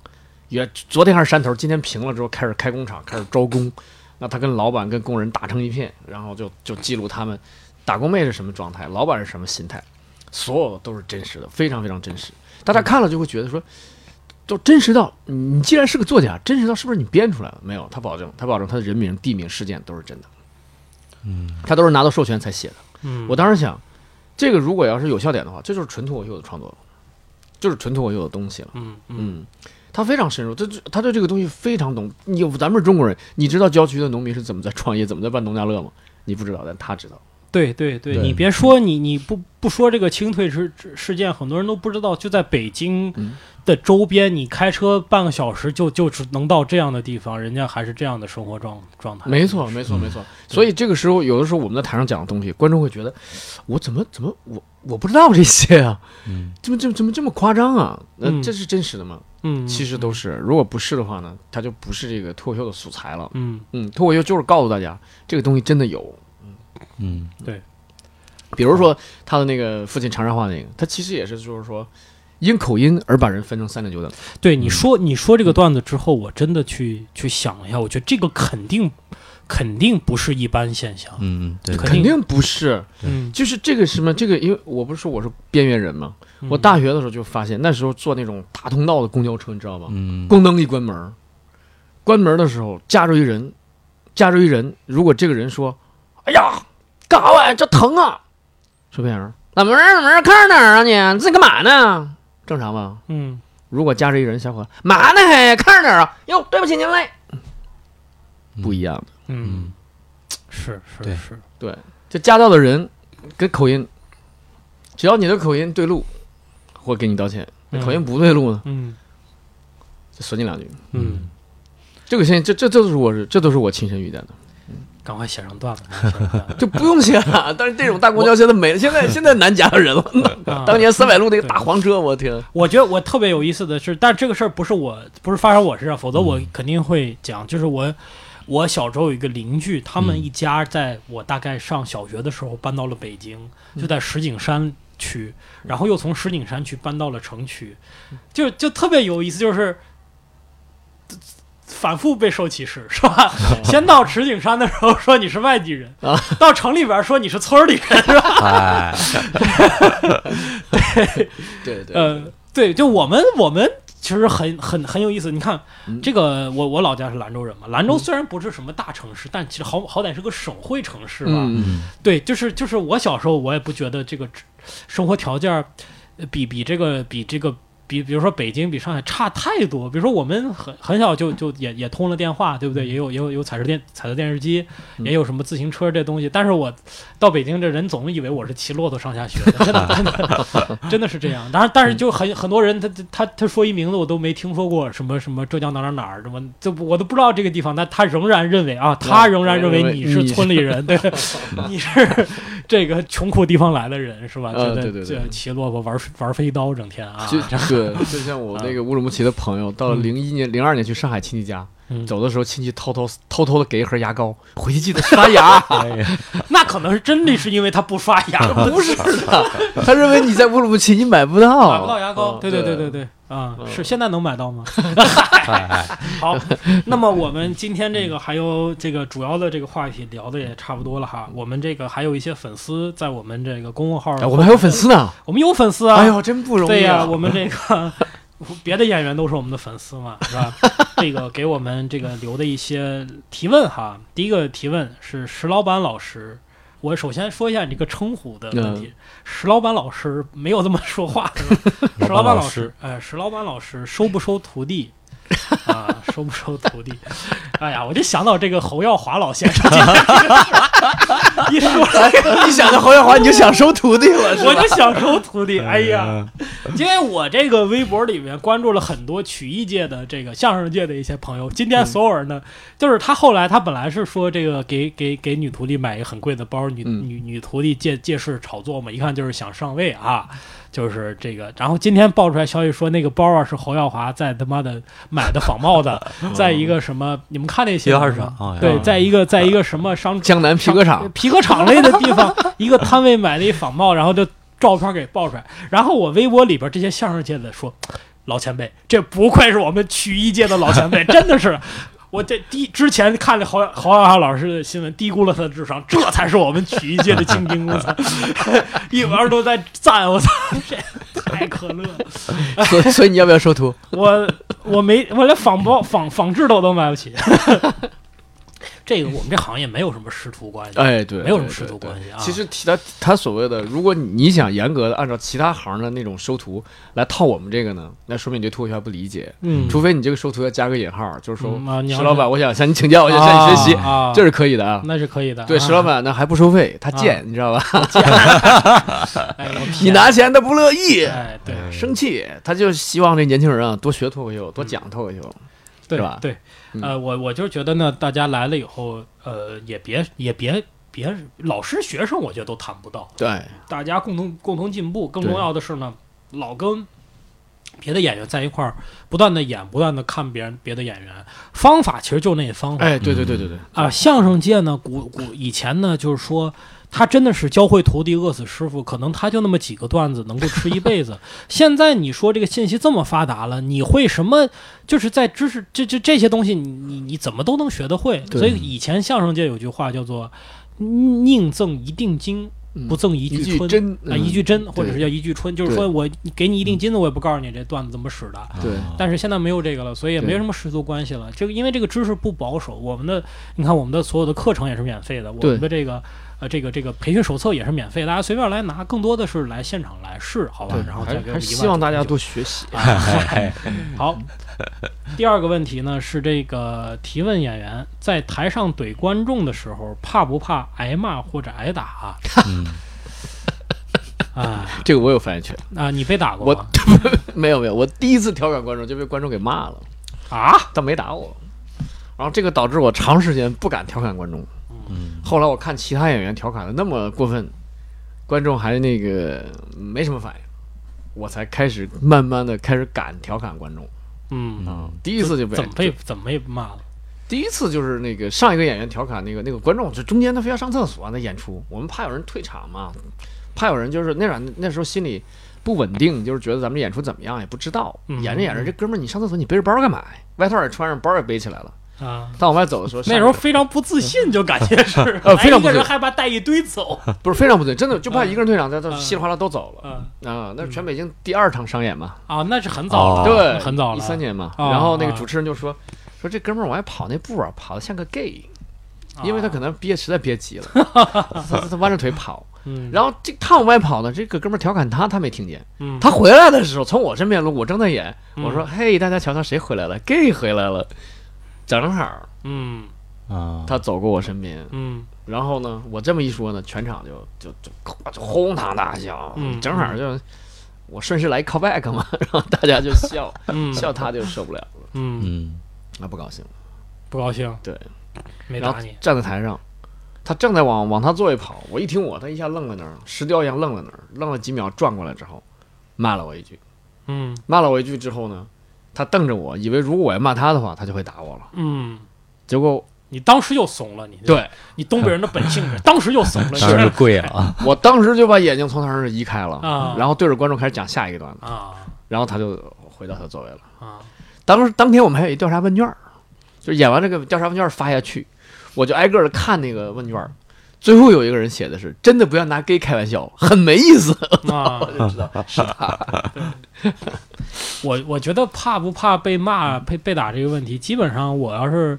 也昨天还是山头，今天平了之后开始开工厂，开始招工。那他跟老板跟工人打成一片，然后就就记录他们打工妹是什么状态，老板是什么心态，所有的都是真实的，非常非常真实。大家看了就会觉得说，都真实到你你既然是个作家，真实到是不是你编出来的？没有，他保证，他保证他的人名、地名、事件都是真的，
嗯，
他都是拿到授权才写的。
嗯，
我当时想，这个如果要是有笑点的话，这就是纯脱口秀的创作了，就是纯脱口秀的东西了。
嗯嗯
嗯，他非常深入，他就他对这个东西非常懂。你咱们是中国人，你知道郊区的农民是怎么在创业、怎么在办农家乐吗？你不知道，但他知道，
对对对，
对
你别说你你不不说这个清退事事件，很多人都不知道，就在北京
嗯
的周边，你开车半个小时就就只能到这样的地方，人家还是这样的生活状状态。
没错，没错，没
嗯
错。所以这个时候，有的时候我们在台上讲的东西，观众会觉得，我怎么怎么我我不知道这些啊，
嗯，
怎么怎么怎么这么夸张啊？那、
嗯
这是真实的吗？
嗯，
其实都是，如果不是的话呢，它就不是这个脱口秀的素材了。
嗯
嗯，脱口秀就是告诉大家，这个东西真的有。
嗯，
比如说他的那个父亲长沙话那个，他其实也是就是说，因口音而把人分成三六九等。
对你说你说这个段子之后，我真的去去想了一下，我觉得这个肯定肯定不是一般现象。
嗯，对，
肯
肯定不是，
嗯，
就是这个什么，这个因为我不是说我是边缘人嘛，
嗯
我大学的时候就发现，那时候坐那种大通道的公交车，你知道吗？
嗯，
咣当一关门儿，关门儿的时候夹着一人，夹着一人，如果这个人说：“哎呀，干啥玩意儿？这疼啊！”说边人怎么着怎么着，看着哪儿啊你？你自己干嘛呢？正常吧？
嗯
如果夹着一人，小伙子嘛呢还看着哪儿啊？哟，对不起您嘞，
嗯
不一样的。
嗯
嗯，
是是
对
是，
这夹到的人跟口音，只要你的口音对路，我给你道歉；
嗯
口音不对路呢，
嗯
就损你两句。
嗯。
这个现在，这这这都是我是这都是我亲身遇见的。
赶快写上段子，赶快写上段子
就不用写 了。但是这种大公交现在没了，现在现在难夹人了。
啊
当年三百路那个大黄车，我天，
我觉得我特别有意思的是，但这个事儿不是我不是发生我身上，否则我肯定会讲。就是我我小时候有一个邻居，他们
嗯
一家在我大概上小学的时候搬到了北京，就在石景山区，然后又从石景山区搬到了城区，就就特别有意思，就是。反复备受歧视是吧？先到石景山的时候说你是外地人，
啊
到城里边说你是村儿里人，
哎，
对对
呃，对，就我们我们其实很很很有意思。你看
嗯
这个，我我老家是兰州人嘛，兰州虽然不是什么大城市，但其实好好歹是个省会城市吧。
嗯，
嗯
对，就是就是我小时候我也不觉得这个生活条件儿呃比比这个比这个。比比如说北京比上海差太多，比如说我们很很小就就也也通了电话，对不对？也有也有有彩色电彩色电视机，
嗯
也有什么自行车这东西。但是我到北京这人总以为我是骑骆驼上下学的，真的真 的真的是这样。当然，但是就很很多人他他他说一名字我都没听说过，什么什么浙江哪儿哪儿哪儿，什么就我都不知道这个地方，但他仍然认为啊，他仍然认为你是村里人， 对， 你是这个穷苦地方来的人是吧？觉
呃对
得
对
这
对
骑骆驼玩玩飞刀，整天啊，
就对，就像我那个乌鲁木齐的朋友，到了
嗯
零一年、零二年去上海亲戚家
嗯，
走的时候，亲戚偷偷偷偷的给一盒牙膏，回去记得刷牙。
那可能是真的是因为他不刷牙，
不 是的，他认为你在乌鲁木齐你买不到，
买不到牙膏。
嗯
对对对对对，啊、
嗯
是现在能买到吗？
哎，
好，那么我们今天这个还有这个主要的这个话题聊的也差不多了哈。我们这个还有一些粉丝在我们这个公众号，
哎我们还有粉，丝呢。
我们有粉丝啊。
哎呦，真不容易啊。
对呀、我们这个别的演员都是我们的粉丝嘛，是 吧？这个给我们这个留的一些提问哈。第一个提问是石老板老师，我首先说一下你这个称呼的问题。石老板老师没有这么说话，是 吧石老板老师，哎，石老板老师收不收徒弟？啊，收不收徒弟？哎呀，我就想到这个侯耀华老先生， 一说
哎一想到侯耀华， 你就想收徒弟了，是
我
吧？
就想收徒弟。哎呀，因为我这个微博里面关注了很多曲艺界的这个相声界的一些朋友，今天所有人呢，就是他后来他本来是说这个给给给女徒弟买一个很贵的包，女、
嗯
女女徒弟借借势炒作嘛，一看就是想上位啊。就是这个，然后今天爆出来消息说，那个包啊是侯耀华在他妈的买的仿冒的，在一个什么，你们看那些
皮革
吗
市场啊
对，
啊
在一个在一个什么商
江南皮革厂，
皮革厂类的地方一个摊位买了一仿冒，然后就照片给爆出来。然后我微博里边这些相声界的说，老前辈，这不愧是我们曲艺界的老前辈，真的是。我这第之前看了侯侯耀华老师的新闻，低估了他的智商，这才是我们曲艺界的精兵。我操，一玩都在赞，我操，这太可乐了。
所以所以你要不要收徒？
我我没我连仿包仿仿制头都买不起。 这个我们这行业没有什么师徒关系，
哎，对，
没有什么
对
师徒
对对
关系啊。
其实其他他所谓的，如果你想严格的按照其他行的那种收徒来套我们这个呢，那说明你对脱口秀还不理解。
嗯，
除非你这个收徒要加个引号，就是说，
嗯啊你要
石
是
老板，我想向你请教，我想向
啊
你学习，
啊，
哦这是可以的啊。
那是可以的。
对，
啊
石老，板呢还不收费，他贱，你知道吧？
哎我
你
天
拿钱他不乐意，
哎，对
生气，他就希望这年轻人啊多学脱口秀，多讲脱口秀。
对
是吧
对，
嗯
呃，我我就是觉得呢，大家来了以后，呃，也别也别别，老师学生我觉得都谈不到，
对，
大家共同共同进步。更
对
重要的是呢，老跟别的演员在一块儿，不断的演，不断的看别人别的演员，方法其实就那方法。
哎，对对对对对，
啊，相声界呢，古古以前呢，就是说，他真的是教会徒弟，饿死师傅，可能他就那么几个段子能够吃一辈子。 现在你说这个信息这么发达了，你会什么？就是在知识这这这些东西你，你你怎么都能学得会。
对
所以以前相声界有句话叫做“宁赠一锭金，不赠嗯一
嗯一
句
句
春”
真嗯
啊，一句真，或者是
对
叫一句春，就是
对嗯
说我给你一锭金子，我也不告诉你这段子怎么使的。
对
啊
但是现在没有这个了，所以也没什么师徒关系了。这个因为这个知识不保守，我们的你看我们的所有的课程也是免费的，我
对
们的这个呃这个这个培训手册也是免费，大家随便来拿，更多的是来现场来试，好吧
嗯对，？
然后
还
再
是
给我
还
们
是
一
希
万
望大家
九
多学习。
啊 好。第二个问题呢是这个提问演员在台上怼观众的时候，怕不怕挨骂或者挨打啊？
嗯
啊
这个我有发言权，
啊，你被打过
我
吗？
没有没有，我第一次调侃观众就被观众给骂了，
啊，
但没打我。然后这个导致我长时间不敢调侃观众。
嗯
后来我看其他演员调侃的那么过分，观众还那个没什么反应，我才开始慢慢的开始敢调侃观众
嗯，
啊。第一次就被
怎么被怎么被骂了？
第一次就是那个上一个演员调侃那个那个观众，就中间他非要上厕所、啊、那演出，我们怕有人退场嘛，怕有人就是那啥那时候心里不稳定，就是觉得咱们演出怎么样也不知道，
嗯
演着演着这哥们儿你上厕所你背着包干嘛呀？外套也穿上，包也背起来了。
啊，
但往外走的时候，
那时候非常不自信，就感觉是
呃非
来一
常不
个
自信
人害怕带一堆走。
不是非常不对，真的就怕一个人退场，他他
嗯
稀里哗啦都走了
嗯
啊。那是全北京第二场商演嘛，
啊，那是很早了，
哦
对，
很早了，
一三年嘛。
啊
然后那个
啊
主持人就说说这哥们儿往外跑那步啊，跑的像个 gay，
啊，
因为他可能憋实在憋 急了，他他弯着腿跑。
嗯，
然后这他往外跑呢，这个哥们儿调侃他，他没听见。
嗯
他回来的时候，从我身边路过，我正在演，
嗯
我说：“嘿，大家瞧瞧，谁回来了？gay 回来了。”正好
嗯
啊，
他走过我身边，
嗯
然后呢，我这么一说呢，全场就就就哗就哄堂大笑，
嗯
正好就我顺势来 callback 嘛， 然后大家就笑，
嗯，
笑他就受不了了，
嗯，
嗯
那不高兴了。
不高兴，
对，
没
然
打
后
你，
站在台上，他正在往往他座位跑，我一听我，他一下愣在那儿，石雕一样愣在那儿，愣了几秒，转过来之后，骂了我一句。
嗯
骂了我一句之后呢，他瞪着我，以为如果我要骂他的话，他就会打我了。
嗯。
结果
你当时就怂了，你
对
你东北人的本性， 当时就怂了，
当然是
是
跪了啊，
我当时就把眼睛从他身上移开了，
啊
然后对着观众开始讲下一个段子，
啊
然后他就回到他座位了。
啊，
当时当天我们还有一调查问卷儿，就演完这个调查问卷儿发下去，我就挨个的看那个问卷儿。最后有一个人写的是“真的不要拿 gay 开玩笑，很没意思
啊”，
我就知道是他。
我我觉得怕不怕被骂、被被打这个问题，基本上我要是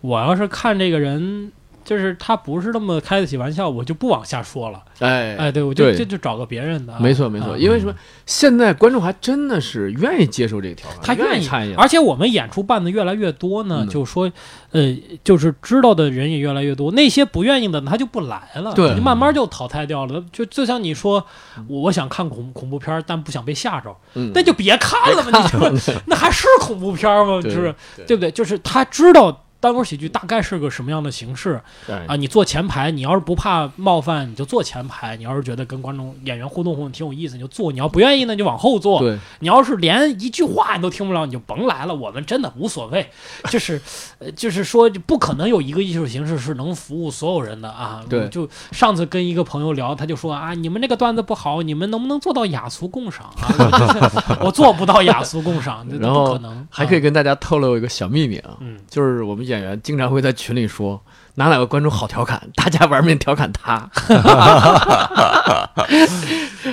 我要是看这个人，就是他不是那么开得起玩笑，我就不往下说了。
哎，
哎，对，我就
对
就就找个别人的啊，
没错没错，
啊
因为什么？现在观众还真的是愿意接受这个调侃，
他
愿
愿意
参与了，
而且我们演出办的越来越多呢，
嗯
就说，呃，就是知道的人也越来越多，那些不愿意的呢他就不来了，
对
就慢慢就淘汰掉了。就就像你说，我我想看恐恐怖片儿，但不想被吓着，
嗯
那就别看了吧，你就那还是恐怖片儿吗？就
对
是
对
对不对？就是他知道。单口喜剧大概是个什么样的形式
哎
啊？你坐前排，你要是不怕冒犯，你就坐前排；你要是觉得跟观众演员互动互动挺有意思，你就坐；你要不愿意呢，你就往后坐。
对，
你要是连一句话你都听不了，你就甭来了。我们真的无所谓， 就是，呃就是说，不可能有一个艺术形式是能服务所有人的啊。
对
我就上次跟一个朋友聊，他就说啊，你们这个段子不好，你们能不能做到雅俗共赏啊？ 我就是我做不到雅俗共赏，这
然
不
后
可能。
还可以
啊，
跟大家透露一个小秘密啊，
嗯
就是我们演员经常会在群里说哪哪个观众好调侃， 大家玩命调侃他。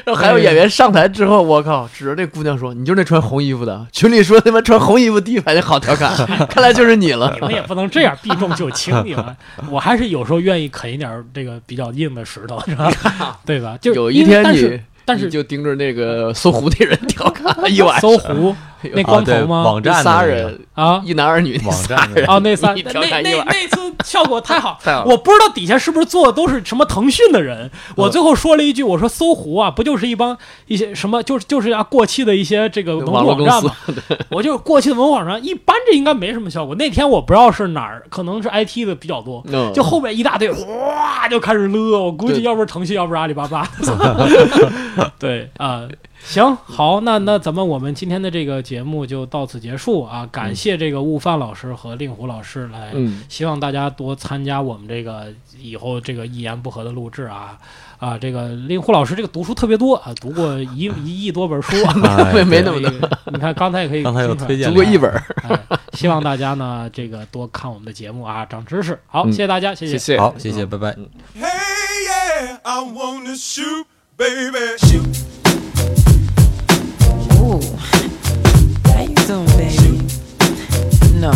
然后还
哎
有演员上台之后，我靠，指着那姑娘说：“你就是那穿红衣服的。”群里说他妈穿红衣服第一排的好调 侃，看来就是你了
你。们也不能这样避重就轻，你 们，我还是有时候愿意啃一点儿这个比较硬的石头，是 吧？对吧？就
有
因
一
为
天
但
你
是。但
你
是
就盯着那个搜狐那人调 侃一晚上，
搜 狐那光
啊
头
啊对
吗？
网站的
仨
那个
人，
啊
一男二女，
网站 的
啊，那三
你
那
调
那
侃一
那
晚，
那次效果太好
啊太好了
我不知道底下是不是做的都是什么腾讯的
嗯
人。我最后说了一句，我说搜狐啊，不就是一帮一些什么，就是就是啊过气的一些这个文
网
网
络公
站
司
嘛。我就是过气的文网站，一般这应该没什么效果。那天我不知道是哪儿，可能是 IT 的比较多。
嗯
就后面一 大堆，哗就开始勒，我估计
对
要不是腾讯，要不是阿里巴 巴。对啊、行好，那那咱们我们今天的这个节目就到此结束啊！感谢这个悟饭老师和令狐老师来，
嗯，
希望大家多参加我们这个以后这个一言不合的录制啊啊！这个令狐老师这个读书特别多啊，读过一 一亿多本书啊。
哎
没没
对
那么多
所以你看刚才也可以听
刚
出来，
才有推荐
读
了
过一本儿，
哎，希望大家呢这个多看我们的节目啊，长知识。好，
嗯
谢谢大家，谢
谢谢，
好，谢谢，拜拜。
Hey, yeah, I wanna shoot, baby, shoot.
Ooh. How you doing, baby? No,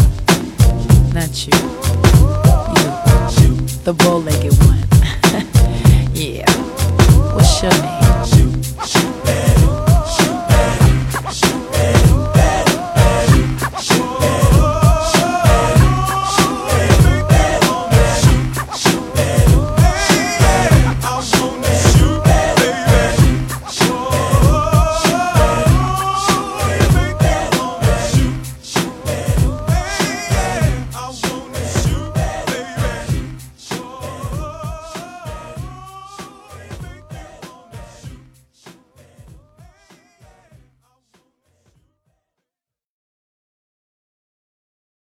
not you. You. The bowling.